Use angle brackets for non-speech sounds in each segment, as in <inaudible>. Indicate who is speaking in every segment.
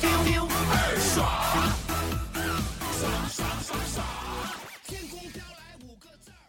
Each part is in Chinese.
Speaker 1: ，feel feel 倍儿爽，爽爽爽爽，天空飘来五个字儿。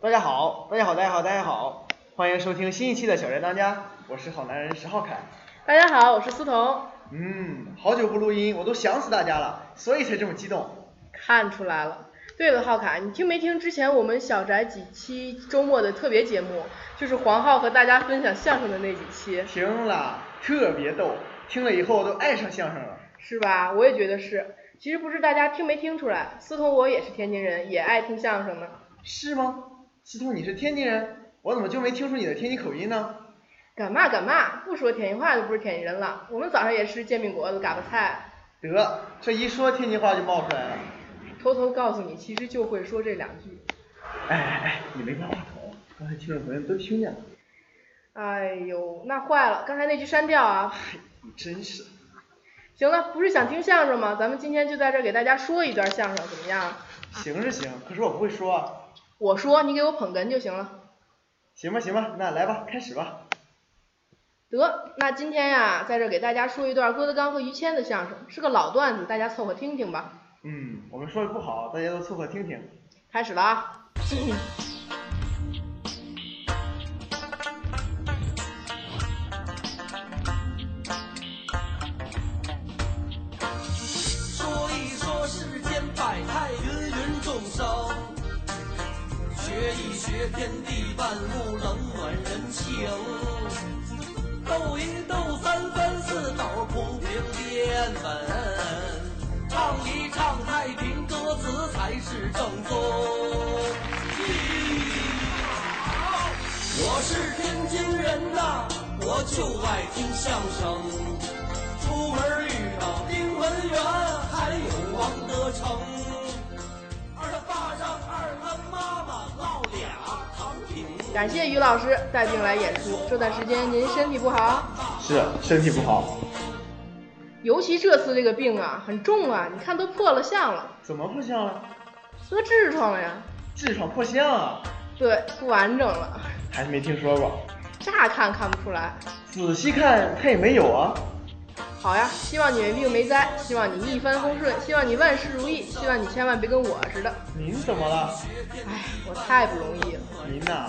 Speaker 2: 大家好，大家好，大家好，大家好，欢迎收听新一期的《小宅当家》，我是好男人石浩凯。
Speaker 3: 大家好，我是思彤。
Speaker 2: 嗯，好久不录音，我都想死大家了，所以才这么激动。
Speaker 3: 看出来了。对了，浩凯，你听没听之前我们小宅几期周末的特别节目，就是黄浩和大家分享相声的那几期，
Speaker 2: 听了，特别逗，听了以后都爱上相声了。
Speaker 3: 是吧？我也觉得是。其实不知大家听没听出来，思彤我也是天津人，也爱听相声呢。
Speaker 2: 是吗？思彤，你是天津人，我怎么就没听出你的天津口音呢？
Speaker 3: 干嘛干嘛，不说天津话就不是天津人了。我们早上也吃煎饼果子、嘎巴菜。
Speaker 2: 得，这一说天津话就冒出来了。
Speaker 3: 偷偷告诉你，其实就会说这两句。
Speaker 2: 哎哎哎，你没关话筒，刚才听众朋友们都听见了。
Speaker 3: 哎呦，那坏了，刚才那句删掉啊。
Speaker 2: 你真是，
Speaker 3: 行了，不是想听相声吗？咱们今天就在这儿给大家说一段相声，怎么样？
Speaker 2: 行是行，可是我不会说啊。
Speaker 3: 我说你给我捧哏就行了。
Speaker 2: 行吧行吧，那来吧，开始吧。
Speaker 3: 得，那今天呀、在这儿给大家说一段郭德纲和于谦的相声，是个老段子，大家凑合听听吧。
Speaker 2: 嗯，我们说的不好，大家都凑合听听。
Speaker 3: 开始了啊！
Speaker 1: 说一说世间百态，芸芸众生。学一学天地万物，冷暖人情。斗一斗三分四斗，铺平垫稳。唱一唱太平歌词，才是正宗。我是天津人呐，我就爱听相声。出门遇到丁文元，还有王德成。二他爸让二他妈妈烙俩糖饼。
Speaker 3: 感谢于老师带病来演出，这段时间您身体不好，
Speaker 2: 是身体不好，
Speaker 3: 尤其这次这个病啊很重啊，你看都破了相了，
Speaker 2: 怎么破相了？
Speaker 3: 得痔疮了呀。
Speaker 2: 痔疮破相啊？
Speaker 3: 对，不完整了，
Speaker 2: 还没听说过。
Speaker 3: 乍看看不出来。
Speaker 2: 仔细看，他也没有啊。
Speaker 3: 好呀，希望你没病没灾，希望你一帆风顺，希望你万事如意，希望你千万别跟我似的。
Speaker 2: 您怎么了？
Speaker 3: 哎，我太不容易了。
Speaker 2: 您呐、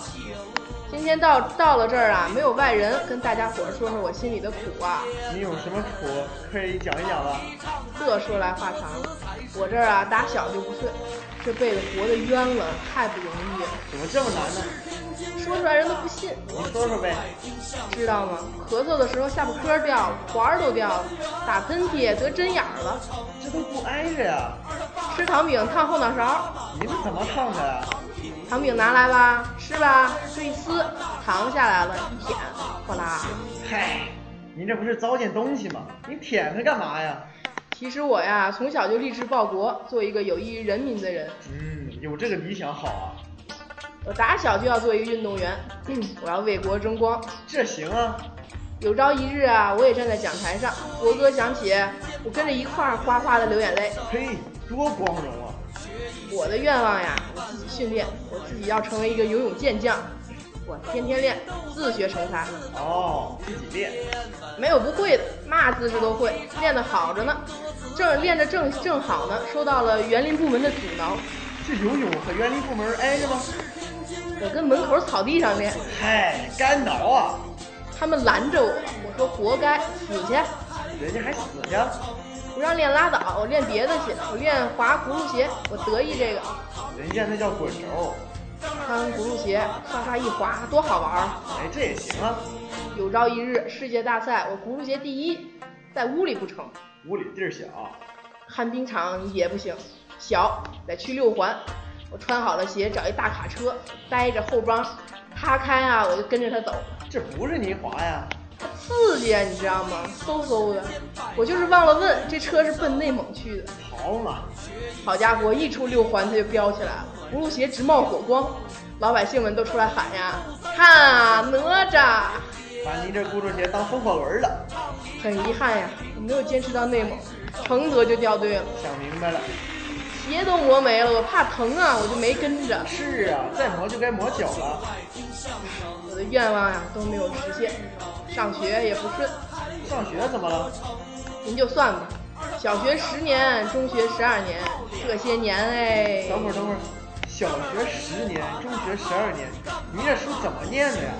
Speaker 3: 今天到到了这儿啊，没有外人，跟大家伙儿说说我心里的苦啊。
Speaker 2: 你有什么苦可以讲一讲啊吧？
Speaker 3: 这说来话长了，我这儿啊打小就不顺，这辈子活得冤了，太不容易了，
Speaker 2: 怎么这么难呢？
Speaker 3: 说出来人都不信，
Speaker 2: 您说说呗。
Speaker 3: 知道吗？咳嗽的时候下巴颏儿掉了，环儿都掉了，打喷嚏得针眼儿了，
Speaker 2: 这都不挨着呀、
Speaker 3: 吃糖饼烫后脑勺，
Speaker 2: 您是怎么烫的啊呀、
Speaker 3: 糖饼拿来吧，吃吧，这一撕，糖下来了，一舔，哗啦。
Speaker 2: 嗨，您这不是糟践东西吗？你舔它干嘛呀？
Speaker 3: 其实我呀，从小就立志报国，做一个有益于人民的人。
Speaker 2: 嗯，有这个理想好啊，
Speaker 3: 我打小就要做一个运动员， <clears throat> 我要为国争光。
Speaker 2: 这行啊。
Speaker 3: 有朝一日啊，我也站在讲台上，国歌响起，我跟着一块儿哗哗的流眼泪。
Speaker 2: 嘿，多光荣啊！
Speaker 3: 我的愿望呀，我自己训练，我自己要成为一个游泳健将。我天天练，自学成才，
Speaker 2: 哦，自己练。
Speaker 3: 没有不会的，嘛姿势都会，练得好着呢。正练着正正好呢，收到了园林部门的阻挠，
Speaker 2: 这游泳和园林部门挨着吗？
Speaker 3: 我跟门口草地上练，
Speaker 2: 嗨，干挠啊！
Speaker 3: 他们拦着我了，我说活该，死去！
Speaker 2: 人家还死去。
Speaker 3: 不让练拉倒，我练别的去，我练滑轱辘鞋，我得意这个。
Speaker 2: 人家那叫滚轴，
Speaker 3: 穿完轱辘鞋，刷刷一滑，多好玩儿！
Speaker 2: 哎，这也行啊。
Speaker 3: 有朝一日世界大赛，我轱辘鞋第一，在屋里不成，
Speaker 2: 屋里地儿小，
Speaker 3: 旱冰场也不行，小得去六环。我穿好了鞋，找一大卡车，掰着后帮，他开啊，我就跟着他走。
Speaker 2: 这不是您滑呀？
Speaker 3: 刺激啊，你知道吗？嗖嗖的，我就是忘了问，这车是奔内蒙去的。
Speaker 2: 好嘛，
Speaker 3: 好家伙，一出六环它就飙起来了，轱辘鞋直冒火光，老百姓们都出来喊呀，哈哪吒！
Speaker 2: 把你这轱辘鞋当风火轮了。
Speaker 3: 很遗憾呀，我没有坚持到内蒙，承德就掉队了，
Speaker 2: 想明白了，
Speaker 3: 鞋都磨没了，我怕疼啊，我就没跟着。
Speaker 2: 是啊，再磨就该磨脚了。
Speaker 3: 我的愿望呀都没有实现，上学也不顺，
Speaker 2: 上学怎么了？
Speaker 3: 您就算吧。小学十年，中学十二年，这些年哎，
Speaker 2: 等会儿，等会儿，小学十年，中学十二年，你这书怎么念的呀？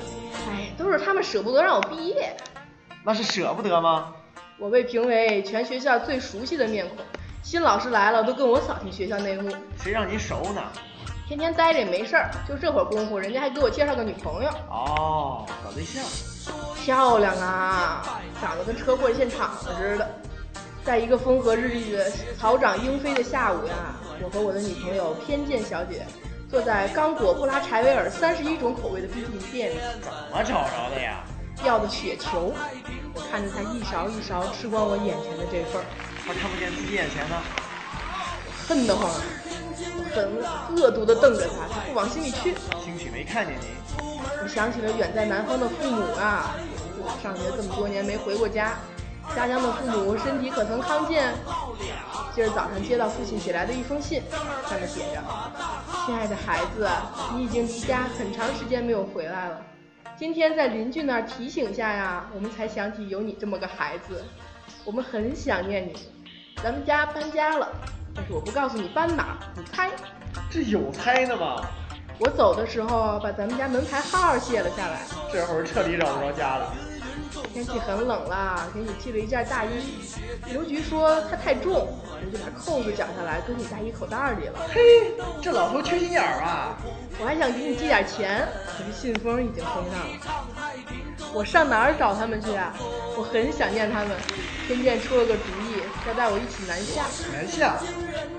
Speaker 3: 哎，都是他们舍不得让我毕业。
Speaker 2: 那是舍不得吗？
Speaker 3: 我被评为全学校最熟悉的面孔，新老师来了都跟我扫听学校内幕，
Speaker 2: 谁让你熟呢？
Speaker 3: 天天待着也没事儿，就这会儿功夫，人家还给我介绍个女朋友，
Speaker 2: 哦，搞对象。
Speaker 3: 漂亮啊，长得跟车祸现场的似的。在一个风和日丽的草长莺飞的下午呀，我和我的女朋友偏见小姐坐在刚果布拉柴维尔三十一种口味的冰淇淋店里，
Speaker 2: 怎么找着的呀？
Speaker 3: 要的雪球。我看着她一勺一勺吃光我眼前的这份儿，
Speaker 2: 他看不见自己眼前呢。
Speaker 3: 恨得慌啊，很恶毒地瞪着她，她不往心里去。
Speaker 2: 兴许没看见你。
Speaker 3: 我想起了远在南方的父母啊，我上学这么多年没回过家，家乡的父母身体可曾康健？今儿早上接到父亲写来的一封信，上面写着：“亲爱的孩子，啊你已经离家很长时间没有回来了。今天在邻居那儿提醒下呀，我们才想起有你这么个孩子，我们很想念你。咱们家搬家了，但是我不告诉你搬哪儿，你猜。”
Speaker 2: 这有猜呢吗？
Speaker 3: 我走的时候啊把咱们家门牌号卸了下来。
Speaker 2: 这会儿彻底找不着家了。
Speaker 3: 天气很冷啦，给你寄了一件大衣。邮局说它太重，我就把扣子绞下来搁你大衣口袋里了。
Speaker 2: 嘿，这老头缺心眼儿啊！
Speaker 3: 我还想给你寄点钱，可是信封已经封上了。我上哪儿找他们去啊？我很想念他们。天剑出了个主意，要带我一起南下。
Speaker 2: 南下，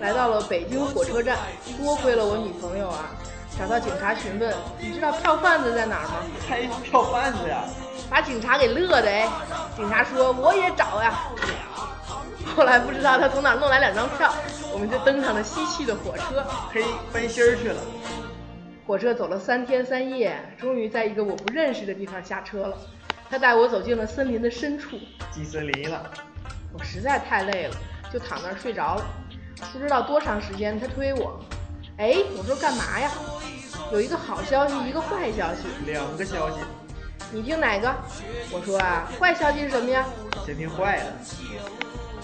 Speaker 3: 来到了北京火车站，多亏了我女朋友啊，找到警察询问，你知道票贩子在哪儿吗？
Speaker 2: 猜票贩子呀！
Speaker 3: 把警察给乐的哎。警察说我也找呀。后来不知道他从哪儿弄来两张票，我们就登上了西去的火车。
Speaker 2: 嘿，奔心儿去了。
Speaker 3: 火车走了三天三夜，终于在一个我不认识的地方下车了。他带我走进了森林的深处，
Speaker 2: 进森林了。
Speaker 3: 我实在太累了，就躺那儿睡着了。不知道多长时间，他推我，哎，我说干嘛呀？有一个好消息，一个坏消息，
Speaker 2: 两个消息，
Speaker 3: 你听哪个？我说啊，坏消息是什么呀？
Speaker 2: 先听坏的。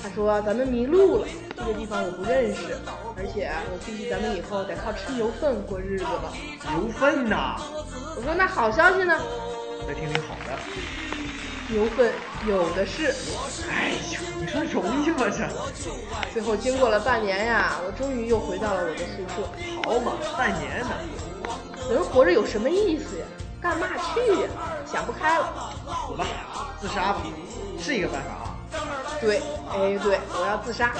Speaker 3: 他说咱们迷路了，这个地方我不认识，而且我估计咱们以后得靠吃油粪过日子了。
Speaker 2: 牛粪呐，
Speaker 3: 我说那好消息呢？
Speaker 2: 再听听好的。
Speaker 3: 牛粪有的是。
Speaker 2: 哎呦，你说容易吗这？
Speaker 3: 最后经过了半年呀，我终于又回到了我的宿舍。
Speaker 2: 好嘛，半年呢。
Speaker 3: 人活着有什么意思呀？干嘛去呀？想不开了。
Speaker 2: 死吧，自杀吧，是一个办法啊。
Speaker 3: 对，哎对，我要自杀。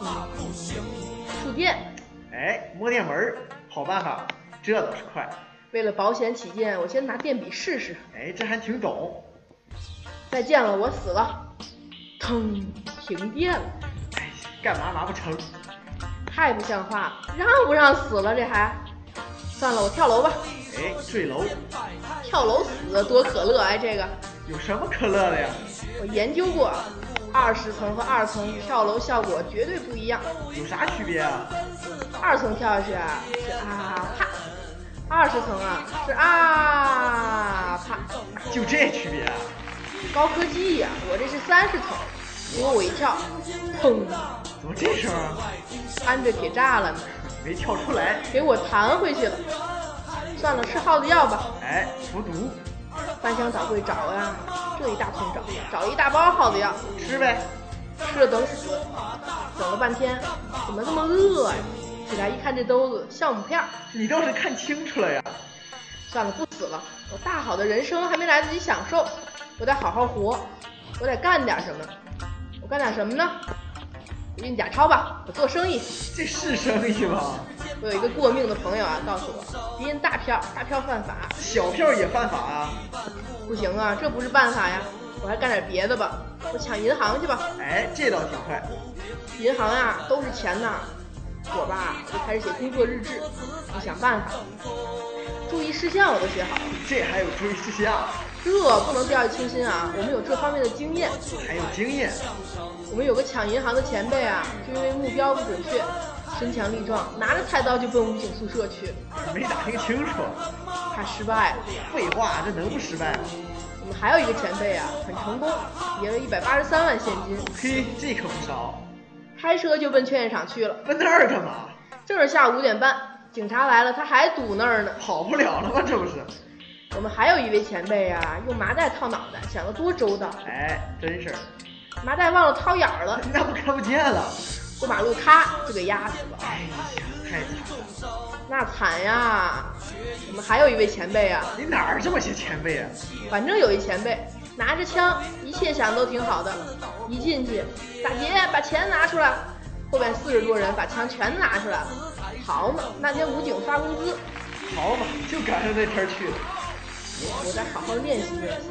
Speaker 3: 嗯，触电。
Speaker 2: 哎，摸电门儿，好办法，这倒是快。
Speaker 3: 为了保险起见，我先拿电笔试试。
Speaker 2: 哎，这还挺懂。
Speaker 3: 再见了，我死了。腾，停电了。
Speaker 2: 哎，干嘛拿不成？
Speaker 3: 太不像话了，让不让死了这还？算了，我跳楼吧，
Speaker 2: 哎，坠楼，
Speaker 3: 跳楼死多可乐哎！这个
Speaker 2: 有什么可乐的呀？
Speaker 3: 我研究过，二十层和二层跳楼效果绝对不一样。
Speaker 2: 有啥区别啊？
Speaker 3: 二层跳下去啊是啊啪，二十层啊是啊啪，
Speaker 2: 就这区别啊？
Speaker 3: 高科技呀、我这是三十层，结果我一跳，砰，
Speaker 2: 怎么这声啊？
Speaker 3: 安着铁栅栏呢，
Speaker 2: 没跳出来。
Speaker 3: 给我弹回去了。算了，吃耗子药吧。
Speaker 2: 哎，服毒，
Speaker 3: 翻箱倒柜找呀、这一大通找，找了一大包耗子药，
Speaker 2: 吃呗。
Speaker 3: 吃了等死。等了半天，怎么这么饿呀、起来一看这兜子，酵母片儿。
Speaker 2: 你倒是看清楚了呀。
Speaker 3: 算了，不死了，我大好的人生还没来得及享受，我得好好活，我得干点什么。我干点什么呢？我运假钞吧，我做生意。
Speaker 2: 这是生意吗？
Speaker 3: 我有一个过命的朋友啊，告诉我，别印大票，大票犯法，
Speaker 2: 小票也犯法啊？
Speaker 3: 不行啊，这不是办法呀。我还干点别的吧，我抢银行去吧。
Speaker 2: 哎，这倒挺快。
Speaker 3: 银行呀、都是钱呐。我吧，就开始写工作日志，我想办法，注意事项我都写好了，
Speaker 2: 这还有注意事项，
Speaker 3: 这不能掉以轻心啊！我们有这方面的经验，
Speaker 2: 还有经验。
Speaker 3: 我们有个抢银行的前辈啊，就因为目标不准确，身强力壮，拿着菜刀就奔武警宿舍去，
Speaker 2: 没咋听清楚。
Speaker 3: 他失败了。
Speaker 2: 废话，这能不失败吗？
Speaker 3: 我们还有一个前辈啊，很成功，结了一百八十三万现金，
Speaker 2: 嘿，这可不少。
Speaker 3: 开车就奔劝业场去了。
Speaker 2: 奔那儿干嘛？
Speaker 3: 正是下午五点半，警察来了，他还堵那儿呢。
Speaker 2: 跑不了了吗？这不是？
Speaker 3: 我们还有一位前辈啊，用麻袋套脑袋，想得多周到，
Speaker 2: 哎，真是，
Speaker 3: 麻袋忘了掏眼儿了，
Speaker 2: 那不看不见了。
Speaker 3: 过马路咔就给压死了，
Speaker 2: 哎呀，太惨了！
Speaker 3: 那惨呀！我们还有一位前辈啊，
Speaker 2: 你哪儿这么些前辈啊？
Speaker 3: 反正有一前辈拿着枪，一切想的都挺好的，一进去，大姐把钱拿出来，后面四十多人把枪全拿出来了，好嘛，那天武警发工资，
Speaker 2: 好嘛，就赶上那天儿去了。
Speaker 3: 我再好好练习练习，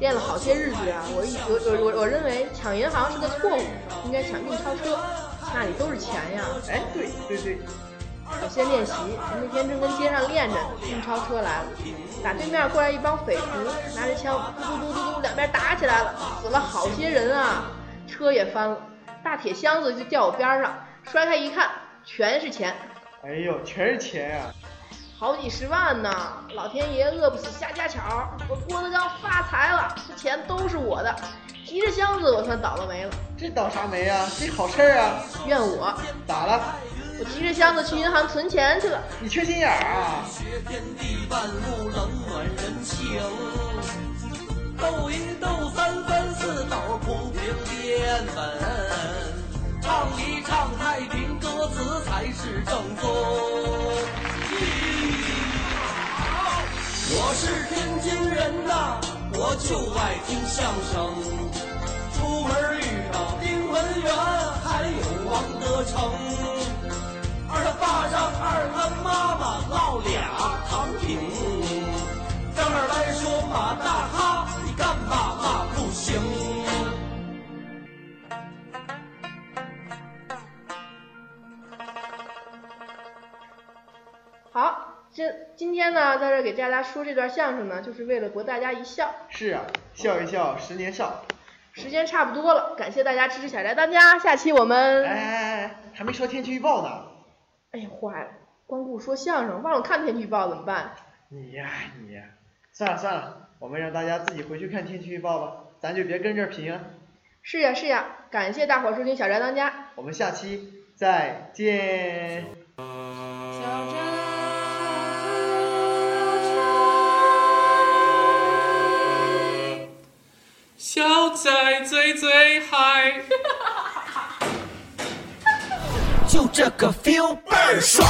Speaker 3: 练了好些日子呀、我一我我我我认为抢银行是个错误，应该抢运钞车，那里都是钱呀。
Speaker 2: 哎，对对对，
Speaker 3: 我先练习，那天正跟街上练着，运钞车来了，打对面过来一帮匪徒，拿着枪，嘟嘟嘟嘟嘟，两边打起来了，死了好些人啊，车也翻了，大铁箱子就掉我边上，摔开一看，全是钱，
Speaker 2: 哎呦，全是钱啊！
Speaker 3: 好几十万呢！老天爷饿不死瞎家巧儿，我郭德纲发财了，这钱都是我的，提着箱子我算倒了霉了。
Speaker 2: 这倒啥霉啊？这好事儿啊！
Speaker 3: 怨我，
Speaker 2: 咋了？
Speaker 3: 我提着箱子去银行存钱去了。
Speaker 2: 你缺心眼儿啊？
Speaker 1: 学天地万物，冷暖人情。斗一斗三分四斗，铺平垫稳。唱一唱太平歌词才是正宗。我是天津人呐，我就爱听相声。出门遇到丁文元，还有王德成。二他爸让二他妈妈烙俩糖饼。张二来说马大哈，你干嘛嘛不行？
Speaker 3: 好，这今天呢，在这儿给大家说这段相声呢，就是为了博大家一笑。
Speaker 2: 是啊，笑一笑，十年少。
Speaker 3: 时间差不多了，感谢大家支持小宅当家，下期我们
Speaker 2: 哎，哎哎，还没说天气预报呢。
Speaker 3: 哎呀坏了，光顾说相声，忘了看天气预报怎么办？
Speaker 2: 你呀、你呀、算了算了，我们让大家自己回去看天气预报吧，咱就别跟这儿啊贫了。
Speaker 3: 是呀是呀，感谢大伙儿收听小宅当家。
Speaker 2: 我们下期再见。
Speaker 4: 小宅。小宅最最嗨。
Speaker 1: 就这个 feel 倍儿爽。